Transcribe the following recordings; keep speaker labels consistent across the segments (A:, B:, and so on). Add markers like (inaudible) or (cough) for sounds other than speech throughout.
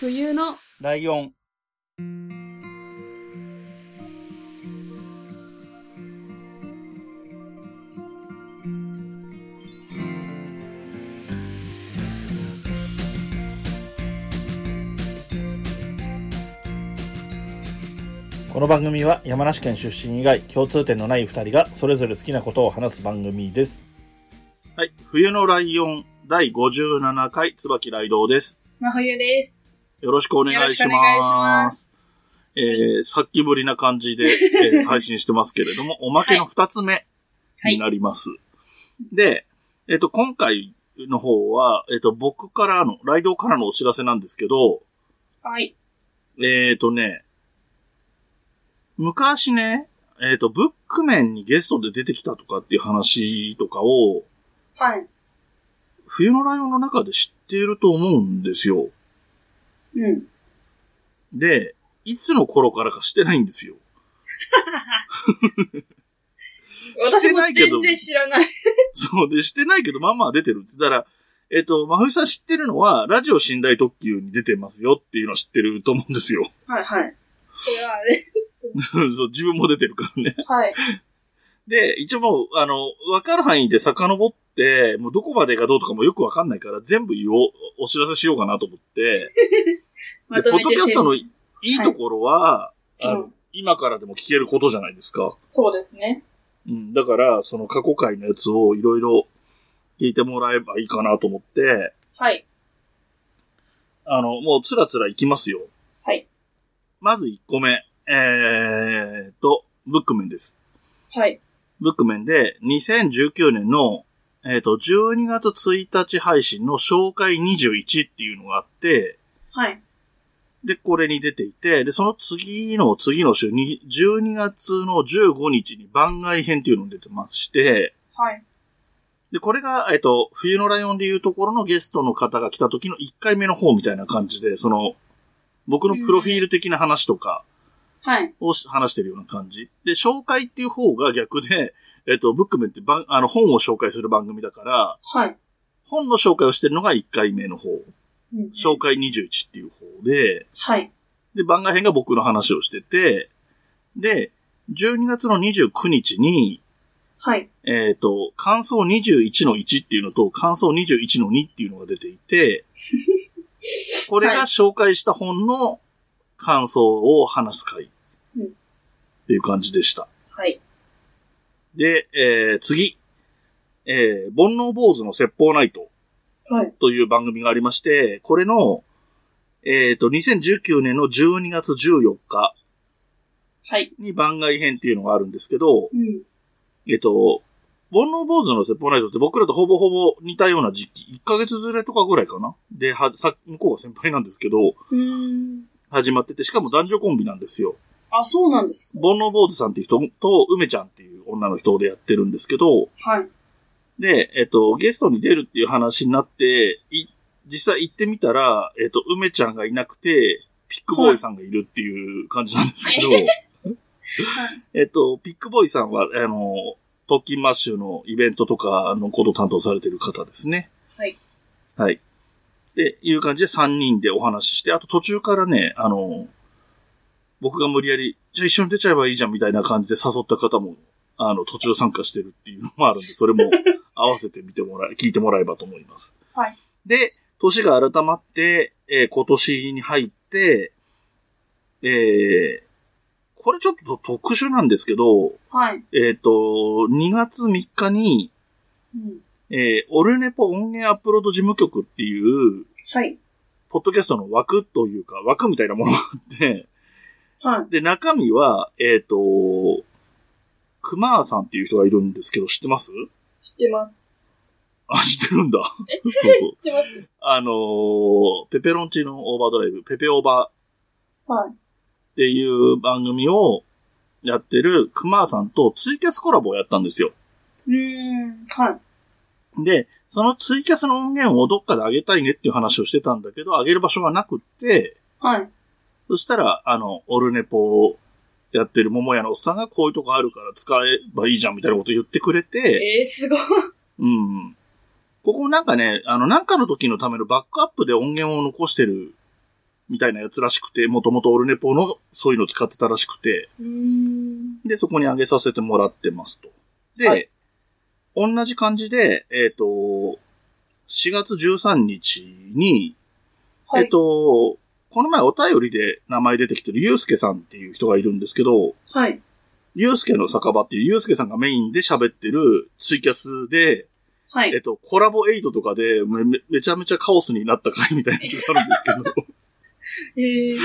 A: 冬の
B: ライオン。この番組は山梨県出身以外共通点のない2人がそれぞれ好きなことを話す番組です。はい。冬のライオン第57回椿ライドウです。
A: 真冬です。
B: よろしくお願いし
A: よろしく
B: ます。
A: お願いします
B: えー、さっきぶりな感じ
A: (laughs)
B: で、えー配信してますけれども、おまけの二つ目
A: はい
B: になります。で、えっ、と、今回の方は、えっ、と、僕からの、ライドウからのお知らせなんですけど、
A: はい。
B: えっ、とね、昔ね、えっ、と、ブックメンにゲストで出てきたとかっていう話とかを、
A: はい。
B: 冬のライオンの中で知っていると思うんですよ。
A: うん。
B: で、いつの頃からかしてないんですよ。
A: 私も
B: ないけ
A: 全
B: ど
A: 然知らない。
B: そうで、してないけど、まあまあ出てるって。だから、えっ、と、まふいさん知ってるのは、ラジオ寝台特急に出てますよっていうのは知ってると思うんですよ。 (laughs)
A: はいはい。それはね。
B: そう、自分も出てるからね。
A: はい。
B: で、一応もう、あの、わかる範囲で遡って、もうどこまでがどうとかもよくわかんないから、全部言おう、お知らせしようかなと思って、
A: ま
B: で
A: と
B: ポッ
A: め
B: ド
A: て
B: キャス
A: 知る
B: ト。のいいところは、あの
A: うん
B: 今からでも聞けることじゃないですか。
A: そうですね。
B: うん、だから、その過去回のやつをいろいろ聞いてもらえばいいかなと思って、
A: はい。
B: あの、もうつらつら行きますよ。
A: はい。
B: まず1個目。えーっと、ブックメンです。
A: はい。
B: ブックメンで2019年の、えーっと、12月1日配信の紹介21っていうのがあって、
A: はい。
B: で、これに出ていて、で、その次の次の週に、12月の15日に番外編っていうのが出てまして、
A: はい。
B: で、これが、えっと、冬のライオンでいうところのゲストの方が来た時の1回目の方みたいな感じで、その、僕のプロフィール的な話とか
A: はい。
B: をし話してるような感じ。で、紹介っていう方が逆で、えっと、ブックメンって番あの、本を紹介する番組だから、
A: はい。
B: 本の紹介をしてるのが1回目の方、
A: うん
B: 紹介21っていう方で、
A: はい。
B: で、番外編が僕の話をしてて、で、12月の29日に、
A: はい。
B: えっ、と、感想21の1っていうのと、感想21の2っていうのが出ていて、これが紹介した本の感想を話す回。
A: うん
B: っていう感じでした。
A: はい。
B: で、えー次。えー、煩悩坊主の説法ナイト
A: はい。
B: という番組がありまして、これの、えっ、と、2019年の12月14日
A: はい。
B: に番外編っていうのがあるんですけど、
A: うん。
B: えっと、煩悩坊主の説法ナイトって僕らとほぼほぼ似たような時期、1ヶ月ずれとかぐらいかなで、は、さ、向こうが先輩なんですけど、
A: うーん。
B: 始まってて、しかも男女コンビなんですよ。
A: あ、そうなんですか。
B: 煩悩坊主さんっていう人と、梅ちゃんっていう女の人でやってるんですけど、
A: はい。
B: で、えっと、ゲストに出るっていう話になって、い、実際行ってみたら、えっと、梅ちゃんがいなくて、ピックボーイさんがいるっていう感じなんですけど、
A: はい。
B: (laughs) えっと、ピックボーイさんは、あの、トッキンマッシュのイベントとかのことを担当されてる方ですね。
A: はい。
B: はい。っていう感じで3人でお話しして、あと途中からね、あの、僕が無理やり、じゃあ一緒に出ちゃえばいいじゃんみたいな感じで誘った方も、あの、途中参加してるっていうのもあるんで、それも合わせて見てもらえ、聞いてもらえばと思います。
A: はい。
B: で、年が改まって、えー今年に入って、えーこれちょっと特殊なんですけど、
A: はい。
B: えっ、と、2月3日に、
A: うん。
B: えーオルネポ音源アップロード事務局っていう、
A: はい。
B: ポッドキャストの枠というか、枠みたいなものがあって、 (laughs)
A: はい。
B: で、中身は、えっ、と、クマーさんっていう人がいるんですけど、知ってます (laughs)
A: 知ってます。
B: あ、知ってるんだ。
A: え
B: そうそう
A: 知ってます。
B: あのーペペロンチーノオーバードライブ、ペペオーバ
A: はい。
B: ーっていう番組をやってるクマーさんとツイキャスコラボをやったんですよ。
A: うーん。はい。
B: で、そのツイキャスの音源をどっかで上げたいねっていう話をしてたんだけど、上げる場所がなくって、
A: はい。
B: そしたら、あの、オルネポをやってる桃屋のおっさんがこういうとこあるから使えばいいじゃんみたいなこと言ってくれて、
A: えー、すごい。
B: うん。ここなんかね、あの、なんかの時のためのバックアップで音源を残してるみたいなやつらしくて、もともとオルネポのそういうの使ってたらしくて、
A: うーん。
B: で、そこに上げさせてもらってますと。で、
A: はい
B: 同じ感じで、えっ、と、4月13日に、
A: はい。
B: えっ、と、この前お便りで名前出てきてるゆうすけさんっていう人がいるんですけど、
A: はい。
B: ゆうすけの酒場っていうゆうすけさんがメインで喋ってるツイキャスで、
A: は
B: (laughs) えっ
A: い。
B: と、コラボエイトとかでめめめちゃめちゃカオスになった回みたいなやつがあるんですけど、
A: えー、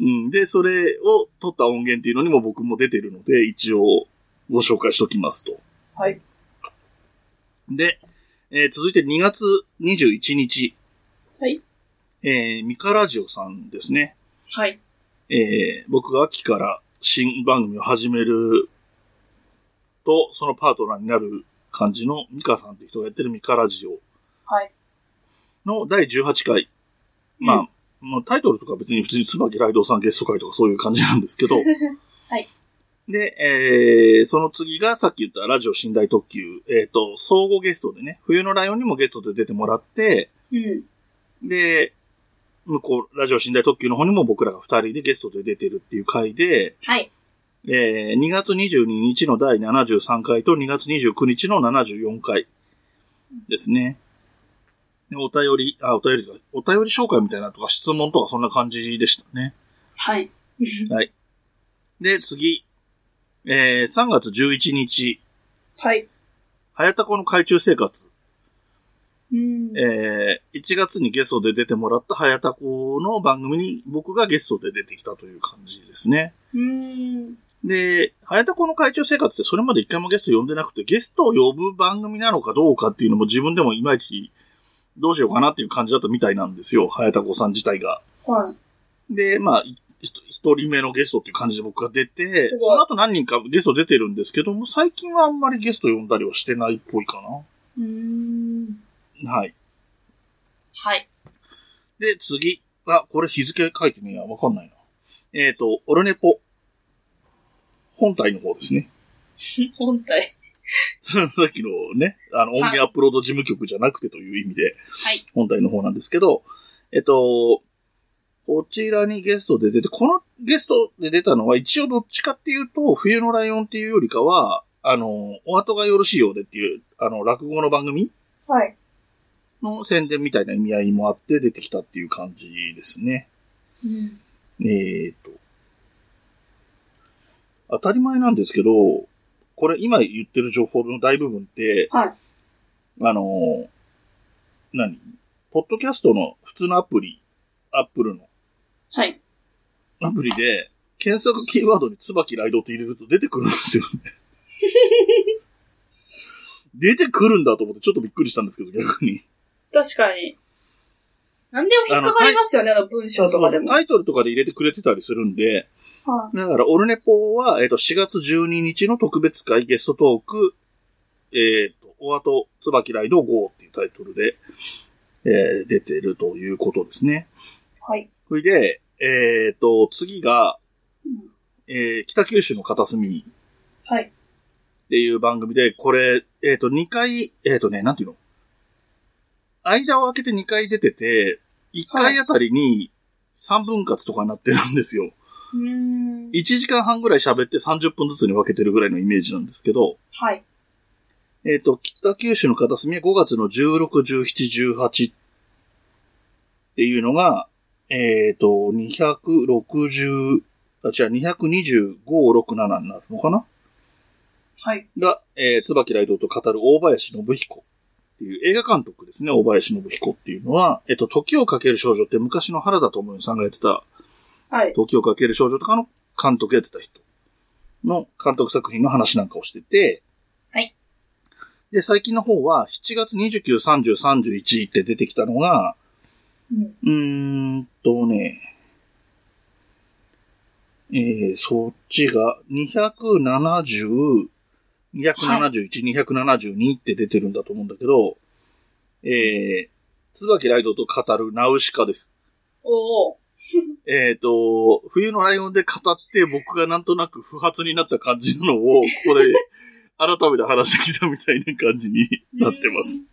B: うん。で、それを撮った音源っていうのにも僕も出てるので、一応ご紹介しときますと。
A: はい。
B: で、えー続いて2月21日、
A: はい。
B: えー、ミカラジオさんですね。
A: はい。
B: えー僕が秋から新番組を始めると、そのパートナーになる感じのミカさんって人がやってるミカラジオ
A: はい。
B: の第18回。まあ、
A: う
B: もうタイトルとか別に普通に椿ライドウさんゲスト会とかそういう感じなんですけど。
A: (laughs) はい。
B: で、えーその次がさっき言ったラジオ寝台特急、えっ、と、相互ゲストでね、冬のライオンにもゲストで出てもらって、
A: うん。
B: で、向こう、ラジオ寝台特急の方にも僕らが二人でゲストで出てるっていう回で、
A: はい。
B: えー2月22日の第73回と2月29日の74回ですね。でお便り、あ、お便りが、お便り紹介みたいなのとか質問とかそんな感じでしたね。
A: はい。
B: で、次。えー3月11日、
A: はい。
B: はやたこの海中生活。
A: うん。
B: えー1月にゲストで出てもらったはやたこの番組に僕がゲストで出てきたという感じですね。
A: うーん。
B: で、はやたこの会長生活ってそれまで一回もゲスト呼んでなくて、ゲストを呼ぶ番組なのかどうかっていうのも自分でもいまいちどうしようかなっていう感じだったみたいなんですよ、はやたこさん自体が。
A: は
B: で、まあ、いひと一人目のゲストっていう感じで僕が出て、
A: す
B: そ
A: ごい
B: の後何人かゲスト出てるんですけども、最近はあんまりゲスト呼んだりはしてないっぽいか
A: い。うーん。
B: な。はい。
A: はい。 (laughs)
B: で、次。あ、これ日付書いてねえや。わかんないな。えっ、と、オルネポ。本体の方ですね。
A: 本体。
B: (laughs) さっきのね、あの、音源アップロード事務局じゃなくてという意味で、
A: はい。
B: 本体の方なんですけど、えっと、こちらにゲストで出て、このゲストで出たのは一応どっちかっていうと、冬のライオンっていうよりかは、あの、お後がよろしいようでっていう、あの、落語の番組
A: はい。
B: の宣伝みたいな意味合いもあって出てきたっていう感じですね。
A: うん。
B: えっと、当たり前なんですけど、これ今言ってる情報の大部分って、
A: はい。
B: あのー何ポッドキャストの普通のアプリ、アップルの
A: はい。
B: アプリで、検索キーワードに椿ライドって入れると出てくるんですよ
A: (laughs)
B: ね。出てくるんだと思ってちょっとびっくりしたんですけど、逆に。
A: 確かに。何でも引っかかりますよね、あの文章とかでも。
B: タイトルとかで入れてくれてたりするんで、
A: は
B: だから、オルネポは、えっ、と、4月12日の特別会ゲストトーク、えっ、と、おあと、椿ライド GO っていうタイトルで、えー出てるということですね。
A: はい。
B: それで、えっ、と、次が
A: うん、
B: えー北九州の片隅っ
A: はい。
B: ていう番組で、これ、えっ、と、2回、えっ、とね、なんていうの間を空けて2回出てて、1回あたりに3分割とかになってるんですよ。
A: うーん。
B: 1時間半ぐらい喋って30分ずつに分けてるぐらいのイメージなんですけど、
A: はい。
B: えっ、と、北九州の片隅は5月の16、17、18っていうのが、えっ、と、260、あ、違う、225、67になるのかな
A: はい。
B: が、えー、椿雷道と語る大林信彦っていう映画監督ですね、大林信彦っていうのは、えっ、と、時をかける少女って昔の原田智世さんがやってた
A: はい。
B: 時をかける少女とかの監督やってた人の監督作品の話なんかをしてて、
A: はい。
B: で、最近の方は、7月29、30、31って出てきたのが、
A: うん。
B: うーんとね、えー、そっちが270、271、272って出てるんだと思うんだけど、えー、椿ライドと語るナウシカです。
A: おー。
B: えっ、と、冬のライオンで語って僕がなんとなく不発になった感じなのを、ここで改めて話してきたみたいな感じになってます。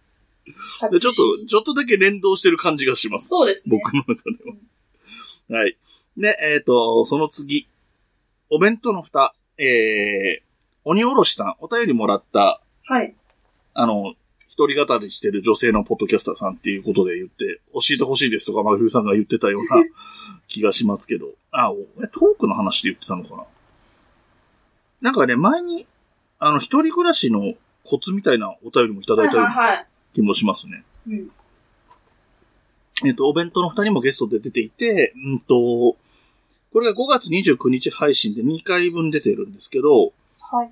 A: うん。
B: でちょっと、ちょっとだけ連動してる感じがします。
A: そうですね。
B: 僕の中では。はい。で、えっ、と、その次。お弁当の蓋。えー、鬼おろしさん、お便りもらった、
A: はい。
B: あの、一人語りしてる女性のポッドキャスターさんっていうことで言って、教えてほしいですとか、まふさんが言ってたよう
A: (laughs)
B: な気がしますけど。あ、おえトークの話で言ってたのかななんかね、前に、あの、一人暮らしのコツみたいなお便りもいた
A: は
B: だ
A: いい
B: たよう
A: はい
B: な
A: はい。
B: 気もしますね。
A: うん。
B: えっ、と、お弁当の二人もゲストで出ていて、うんと、これが5月29日配信で2回分出てるんですけど、
A: はい。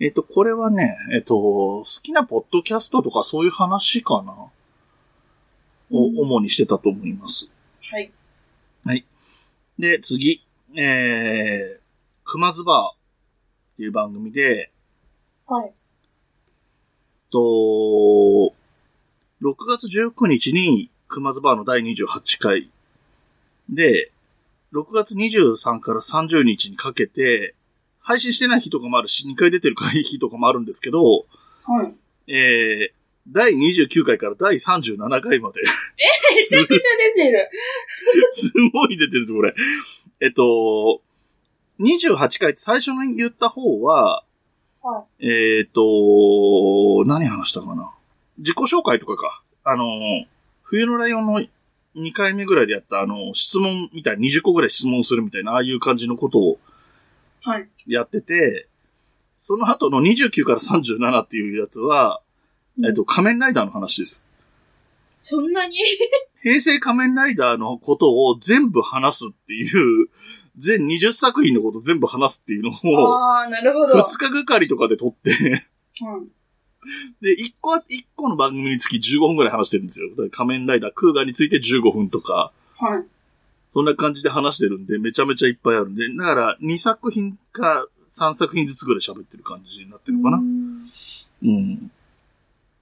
B: えっ、と、これはね、えっ、と、好きなポッドキャストとかそういう話かなを、
A: うん
B: 主にしてたと思います。
A: はい。
B: で、次、えー、熊ズバーっていう番組で、
A: はい。
B: と、6月19日に熊ズバーの第28回で、6月23から30日にかけて、配信してない日とかもあるし、2回出てる日とかもあるんですけど、
A: (laughs) はい。
B: えー、第29回から第37回まで。
A: めちゃくちゃ出てる。
B: (laughs) すごい出てるぞ、これ。えっと、28回って最初に言った方は、
A: は
B: えっと、何話したかな。自己紹介とかか。あの、冬のライオンの2回目ぐらいでやった、あの、質問みたいな、20個ぐらい質問するみたいな、ああいう感じのことを
A: はい。
B: やってて、その後の29から37っていうやつは、えっと、仮面ライダーの話です。
A: そんなに
B: 平成仮面ライダーのことを全部話すっていう、 (laughs) 全20作品のこと全部話すっていうのを、
A: ああ、なるほど。
B: 2日がかりとかで撮って、 (laughs)
A: うん。
B: で、1個は、一個の番組につき15分くらい話してるんですよ。だから仮面ライダー、クーガーについて15分とか、
A: はい。
B: そんな感じで話してるんで、めちゃめちゃいっぱいあるんで、だから2作品か3作品ずつぐらい喋ってる感じになってるのかな
A: う。ん
B: うん。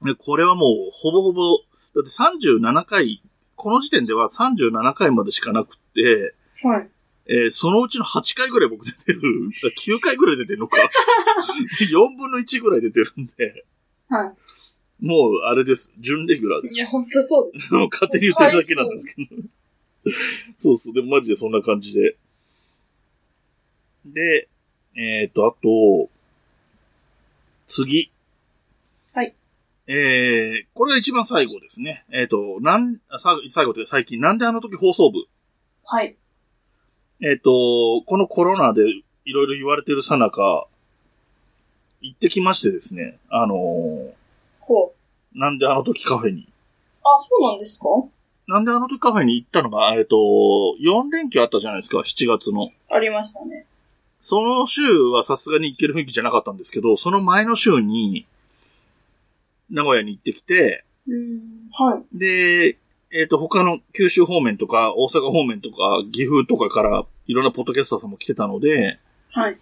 B: でこれはもう、ほぼほぼ、だって37回、この時点では37回までしかなくって、
A: はい。
B: えーそのうちの8回ぐらい僕出てる、9回ぐらい出てるのか。4分の1ぐらい出てるんで、
A: は
B: もうあれです。準レギュラーで
A: い。い
B: す。
A: や、ほんとそうです。
B: もう (laughs) 勝手に言ってるだけなんですけど。そうそう、でもマジでそんな感じで。で、えっ、と、あと、次。
A: はい。
B: えー、これが一番最後ですね。えっ、と、なん、あさ最後というか最近、なんであの時放送部
A: はい。
B: えっ、と、このコロナでいろいろ言われてるさなか、行ってきましてですね、あのー
A: こう。
B: なんであの時カフェに。
A: あ、そうなんですか
B: なんであの時カフェに行ったのが、えっ、と、4連休あったじゃないですか、7月の。
A: ありましたね。
B: その週はさすがに行ける雰囲気じゃなかったんですけど、その前の週に、名古屋に行ってきて、
A: うん。はい。
B: で、えっ、と、他の九州方面とか、大阪方面とか、岐阜とかから、いろんなポッドキャスターさんも来てたので、
A: はい。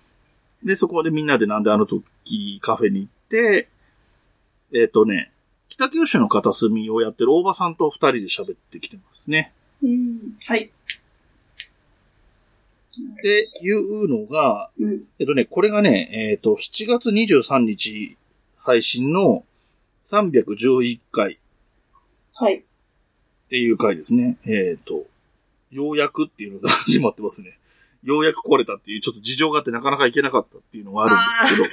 B: で、そこでみんなでなんであの時カフェに行って、えっ、とね、北九州の片隅をやってる大場さんと二人で喋ってきてますね。
A: うん。はい。
B: で、いうのが、
A: うん。
B: えっ、とね、これがね、えっ、と、7月23日配信の311回
A: はい。
B: っていう回ですね。えっ、と、ようやくっていうのが始まってますね。ようやく来れたっていう、ちょっと事情があってなかなか行けなかったっていうのがあるんです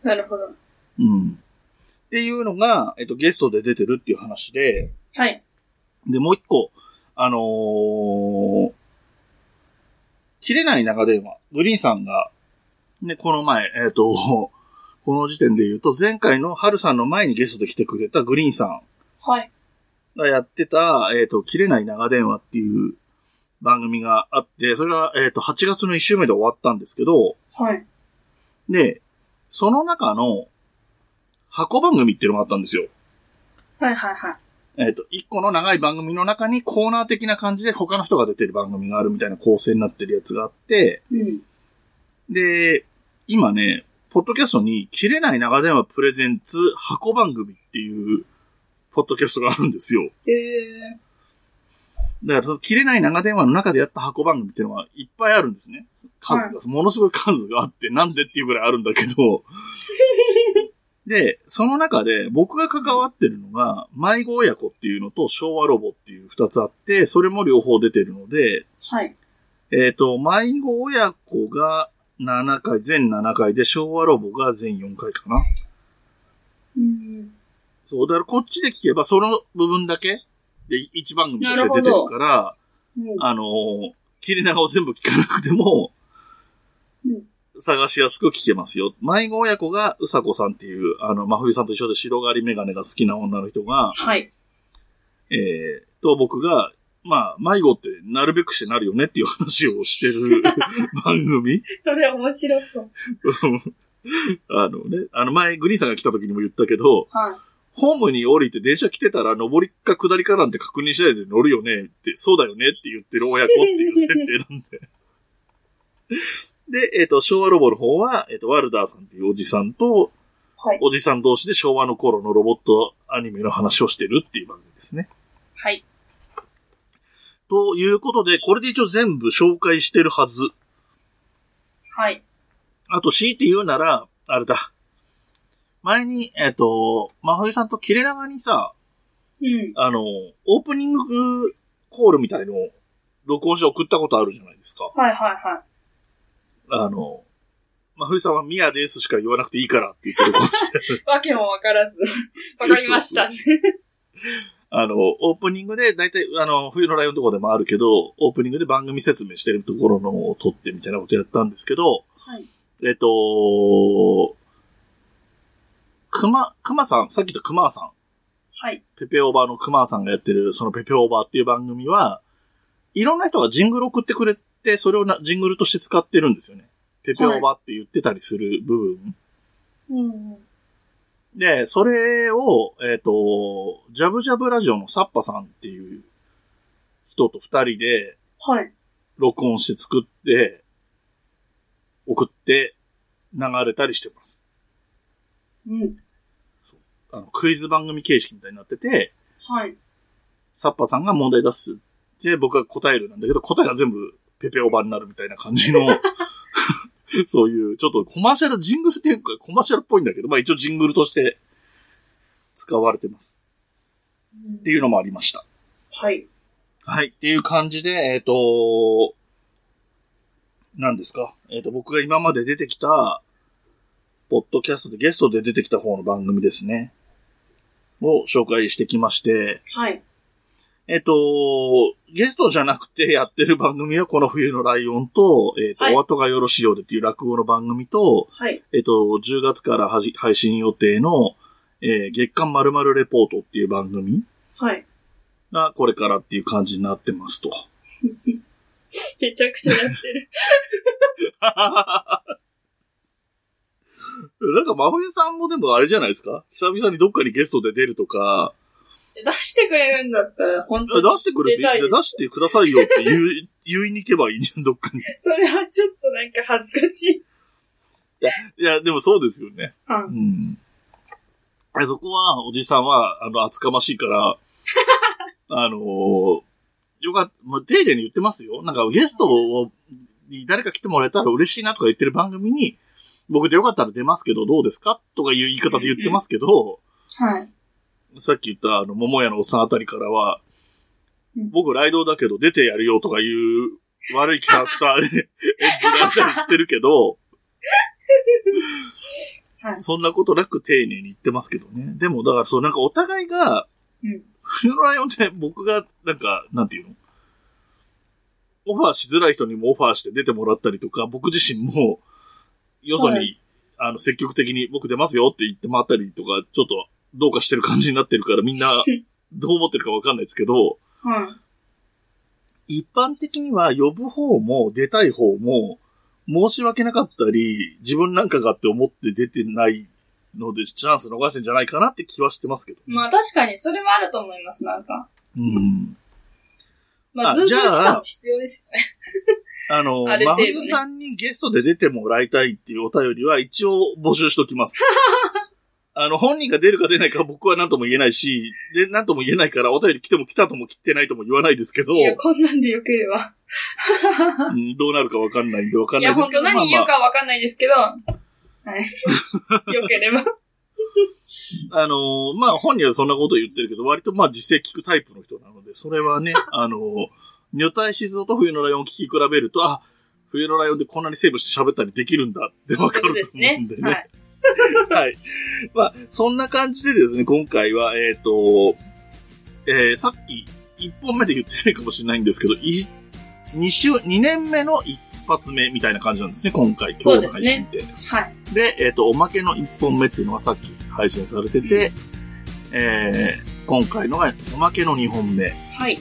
B: けど。
A: なるほど。
B: うん。っていうのが、えっ、と、ゲストで出てるっていう話で、
A: はい。
B: で、もう一個、あのー切れない長電話。グリーンさんが、ね、この前、えっ、と、 (laughs) この時点で言うと、前回のハルさんの前にゲストで来てくれたグリーンさん
A: はい。
B: がやってた、えっ、と、切れない長電話っていう番組があって、それが、えっ、と、8月の1週目で終わったんですけど、
A: はい。
B: で、その中の箱番組っていうのがあったんですよ。
A: はい。はい。はい。
B: えっ、と、一個の長い番組の中にコーナー的な感じで他の人が出てる番組があるみたいな構成になってるやつがあって、
A: うん。
B: で、今ね、ポッドキャストに切れない長電話プレゼンツ箱番組っていうポッドキャストがあるんですよ。
A: ええ
B: だからその切れない長電話の中でやった箱番組っていうのはいっぱいあるんですね。数が、ものすごい数があって、なんでっていうぐらいあるんだけど。で、その中で僕が関わってるのが、迷子親子っていうのと昭和ロボっていう二つあって、それも両方出てるので、
A: はい。
B: えっ、と、迷子親子が7回、全7回で、昭和ロボが全4回かな。
A: うん。
B: そう、だからこっちで聞けば、その部分だけで、1番組として出てるから、
A: うん
B: あのー切れ長を全部聞かなくても
A: うん、
B: 探しやすく聞けますよ。迷子親子がうさこさんっていう、あの、真冬さんと一緒で白刈りメガネが好きな女の人が、
A: はい。
B: えー、と僕が、まあ、迷子ってなるべくしてなるよねっていう話をして
A: (laughs)
B: る番組。
A: それ面白そう。
B: あのね、あの前、グリーンさんが来た時にも言ったけど、
A: はい。
B: ホームに降りて電車来てたら上りか下りかなんて確認しないで乗るよねって、そうだよねって言ってる親子っていう設定なんで。で、えっ、と、昭和ロボの方は、えっ、と、ワルダーさんっていうおじさんと、
A: はい。
B: おじさん同士で昭和の頃のロボットアニメの話をしてるっていう番組ですね。
A: はい。
B: ということで、これで一応全部紹介してるはず。
A: はい。
B: あと、強いて言うなら、あれだ。前に、えっ、と、真冬さんとキレラガにさ、
A: うん。
B: あの、オープニングコールみたいのを録音して送ったことあるじゃないですか。
A: はいはいは
B: あの、まふりさんはミヤですしか言わなくていいからって言って録音して、
A: い。わけもわから (laughs) ず。わかりました。
B: あの、オープニングで、だいたい、あの、冬のライオンとかでもあるけど、オープニングで番組説明してるところのを撮ってみたいなことやったんですけど、
A: はい
B: えっと、熊、熊さん、さっき言った熊さん。
A: はい。
B: ペペオーバーのクマーさんがやってる、そのペペオーバーっていう番組は、いろんな人がジングル送ってくれて、それをなジングルとして使ってるんですよね。ペペオーバーって言ってたりする部分。
A: うん。
B: で、それを、えっ、と、ジャブジャブラジオのサッパさんっていう人と二人で
A: はい。
B: 録音して作って、送って流れたりしてます。
A: うん。
B: あのクイズ番組形式みたいになってて、
A: はい。
B: サッパさんが問題出す。で、僕が答えるなんだけど、答えが全部ペペオバになるみたいな感じの、そういう、ちょっとコマーシャル、ジングルっていうかコマーシャルっぽいんだけど、まあ一応ジングルとして使われてます。っていうのもありました。
A: はい。
B: はい。っていう感じで、えっ、と、何ですか。えっ、と、僕が今まで出てきた、ポッドキャストでゲストで出てきた方の番組ですね。を紹介してきまして、
A: はい。
B: えっと、ゲストじゃなくてやってる番組はこの冬のライオンと、えっと、
A: はい
B: お後がよろしいようでっていう落語の番組と、
A: はい。
B: えっと、10月からはじ配信予定の、えー月刊〇〇レポートっていう番組
A: はい。
B: がこれからっていう感じになってますと。
A: めちゃくちゃやってる。 (laughs)
B: なんか、真冬さんもでもあれじゃないですか久々にどっかにゲストで出るとか、
A: 出してくれるんだったら、本
B: 出
A: 当に。
B: してくれて、
A: 出たいです
B: 出してくださいよって言う、言いに行けばいいじゃん、どっかに。
A: それはちょっとなんか恥ずかしい。
B: いや、でもそうですよね。
A: は
B: う
A: い。
B: ん。あそこは、おじさんは、あの、厚かましい
A: (laughs)
B: から、あのーよかった、まあ、丁寧に言ってますよ。なんか、ゲストを、に誰か来てもらえたら嬉しいなとか言ってる番組に、僕でよかったら出ますけど、どうですかとかいう言い方で言ってますけど、
A: はい。
B: さっき言った、あの、桃屋のおっさんあたりからは
A: うん、
B: 僕、ライドウだけど出てやるよとかいう悪いキャラクタ
A: (laughs)
B: ーで演じられたりしてるけど、
A: はい。
B: そんなことなく丁寧に言ってますけどね。でも、だから、そう、なんかお互いが、
A: うん
B: 冬のライオンって僕が、なんか、なんていうのオファーしづらい人にもオファーして出てもらったりとか、僕自身も、よそに、
A: は
B: あの、積極的に僕出ますよって言って回ったりとか、ちょっと、どうかしてる感じになってるから、みん (laughs) な、どう思ってるかわかんないですけど、
A: はい。
B: 一般的には呼ぶ方も出たい方も申し訳なかったり、自分なんかがって思って出てないので、チャンス逃してんじゃないかなって気はしてますけど。
A: まあ確かに、それはあると思います、なんか。
B: うん。
A: ま
B: あ
A: あ、ズーズー
B: じゃあ
A: したも必要ですよね。
B: あの、
A: ある
B: 真
A: 程度ね
B: 冬さんにゲストで出てもらいたいっていうお便りは一応募集しと
A: (laughs)
B: きます。あの、本人が出るか出ないか僕は何とも言えないし、で、何とも言えないからお便り来ても来たとも来てないとも言わないですけど、
A: いや、こんなんでよければ。
B: うんどうなるかわかんないんでわかん
A: い
B: な
A: や、
B: いです
A: 本
B: けど、
A: 当何
B: ま
A: 言
B: あ
A: うかわかんないですけど。 (laughs) はい。よければ。
B: あの
A: (laughs)
B: ーまあ、本人はそんなこと言ってるけど、割とまあ、実際聞くタイプの人なので、それはね、あのー女体静雄と冬のライオンを聞き比べると、あ、冬のライオンでこんなにセーブして喋ったりできるんだってわかると思
A: です
B: う
A: ね
B: んで。ね。
A: はい。
B: (laughs) はい。まあ、そんな感じでですね、今回は、えっ、と、えーさっき、一本目で言ってないかもしれないんですけど、い二週、二年目の一発目みたいな感じなんですね、今回、今日の配信で。で
A: はい。
B: えっ、と、おまけの一本目っていうのはさっき配信されてて、えー今回のがおまけの二本目。
A: はい。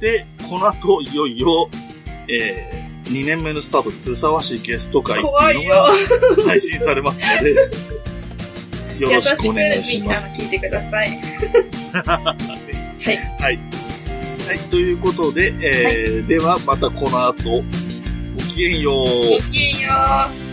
B: で、この後、いよいよ、えー、2年目のスタートにふさわしいゲスト会って
A: 怖
B: い
A: いうよ
B: の。が配信されますの (laughs) で、よろしくお願いし
A: みんな
B: ま
A: も
B: す。
A: 聞いてください。
B: はい、ということで、えーではまたこの後、ごきげんよう。
A: ごきげんよう。